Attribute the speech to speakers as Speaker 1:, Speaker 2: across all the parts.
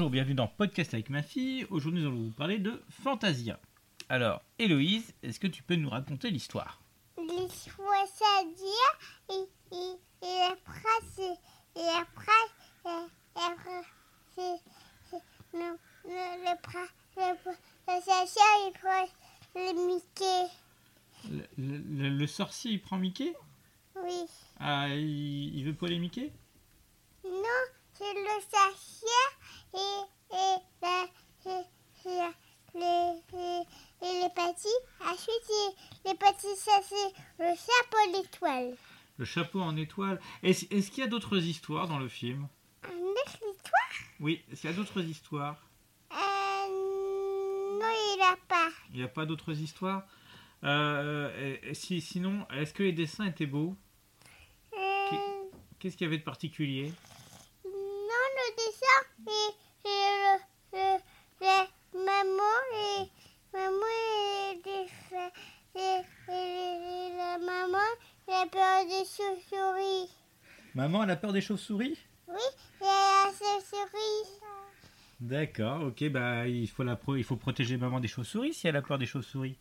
Speaker 1: Bonjour, bienvenue dans Podcast avec ma fille. Aujourd'hui, nous allons vous parler de Fantasia. Alors, Héloïse, est-ce que tu peux nous raconter l'histoire
Speaker 2: Les fois, c'est-à-dire, et, et, et après, c'est, et après, et, et après, c'est, c'est, le, le, le, pra- le, le sachet, il prend le Mickey.
Speaker 1: Le, le- le sorcier, il prend Mickey
Speaker 2: Oui.
Speaker 1: Ah, il, il veut poêler Mickey
Speaker 2: Non, c'est le sachet, et, et, la, et, et la- les, les, et les petits, ensuite, il- les petits, ça, c'est le chapeau d'étoile.
Speaker 1: Le chapeau en étoile. Est-ce est-ce qu'il y a d'autres histoires dans le film
Speaker 2: Un autre étoile?
Speaker 1: Oui, est-ce qu'il y a d'autres histoires
Speaker 2: Euh, non, il n'a pas.
Speaker 1: Il n'y a pas d'autres histoires Euh, et- et si, Sinon, est-ce que les dessins étaient beaux
Speaker 2: Euh,
Speaker 1: Qu'est-ce qu'il y avait de particulier
Speaker 2: non, le dessin et, et le, le, le- maman et maman et, des fa- et- et- et- et la maman la peur des chauves-souris.
Speaker 1: Maman, elle a peur des chauves-souris
Speaker 2: Oui, et la chauve-souris.
Speaker 1: D'accord, ok, bah il faut, la pro- il faut protéger maman des chauves-souris si elle a peur des chauves-souris.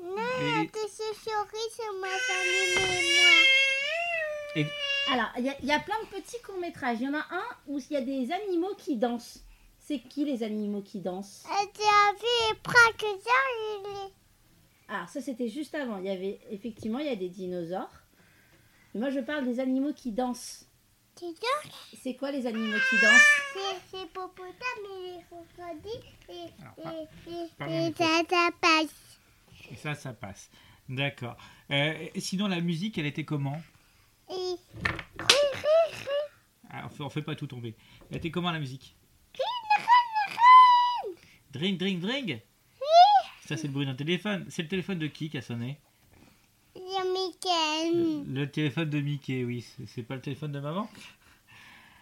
Speaker 2: Non,
Speaker 1: Et-
Speaker 2: des chauves-souris, c'est moi, c'est moi.
Speaker 3: Alors, il y, a- il y a plein de petits courts-métrages. Il y en a un où il y a des animaux qui dansent. C'est qui les animaux qui dansent
Speaker 2: Euh, Tu as vu, prends que ça, il est.
Speaker 3: Ah, ça c'était juste avant. Il y avait effectivement, il y a des dinosaures. Mais moi je parle des animaux qui dansent.
Speaker 2: Tu dors,
Speaker 3: C'est quoi les animaux qui dansent
Speaker 2: c'est c'est Popotame et les crocodiles et
Speaker 1: Alors, par-
Speaker 2: et- et-
Speaker 1: pardon,
Speaker 2: et
Speaker 1: il faut-
Speaker 2: ça, ça passe.
Speaker 1: Et ça, ça passe. D'accord. Euh, et sinon, la musique, elle était comment
Speaker 2: Et
Speaker 1: Ah, on, fait, on fait pas tout tomber. Elle était comment la musique Dring, dring, dring Ça, c'est le bruit d'un téléphone. C'est le téléphone de qui qui a sonné
Speaker 2: le Mickey.
Speaker 1: Le téléphone de Mickey, oui. C'est- C'est pas le téléphone de maman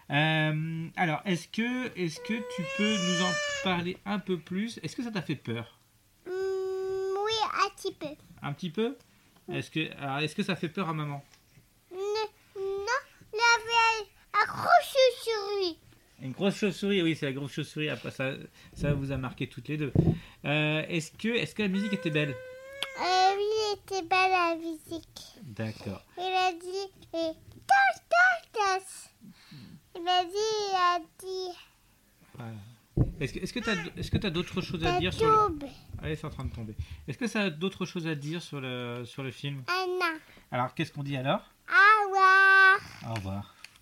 Speaker 1: Euh, alors, est-ce que, est que tu peux nous en parler un peu plus Est-ce que ça t'a fait peur
Speaker 2: Hmm, oui, un petit peu.
Speaker 1: Un petit peu Est-ce que, alors, est-ce que ça fait peur à maman
Speaker 2: Ne- non, la vieille accroche sur lui.
Speaker 1: Une grosse chauve-souris, oui, c'est la grosse chauve-souris. Après, ça, ça vous a marqué toutes les deux. Euh, est-ce que, est-ce que la musique était belle
Speaker 2: Euh, oui, c'était pas la musique.
Speaker 1: D'accord.
Speaker 2: Il a dit eh, et danse, danse, danse. Il a dit, il a dit,
Speaker 1: Est-ce que, est-ce que t'as, est-ce que t'as d'autres choses à
Speaker 2: ça
Speaker 1: dire sur le...
Speaker 2: tombe.
Speaker 1: Allez, c'est en train de tomber. Est-ce que ça a d'autres choses à dire sur le, sur le film
Speaker 2: Anna, Ah,
Speaker 1: Alors, qu'est-ce qu'on dit alors
Speaker 2: au revoir.
Speaker 1: Au revoir.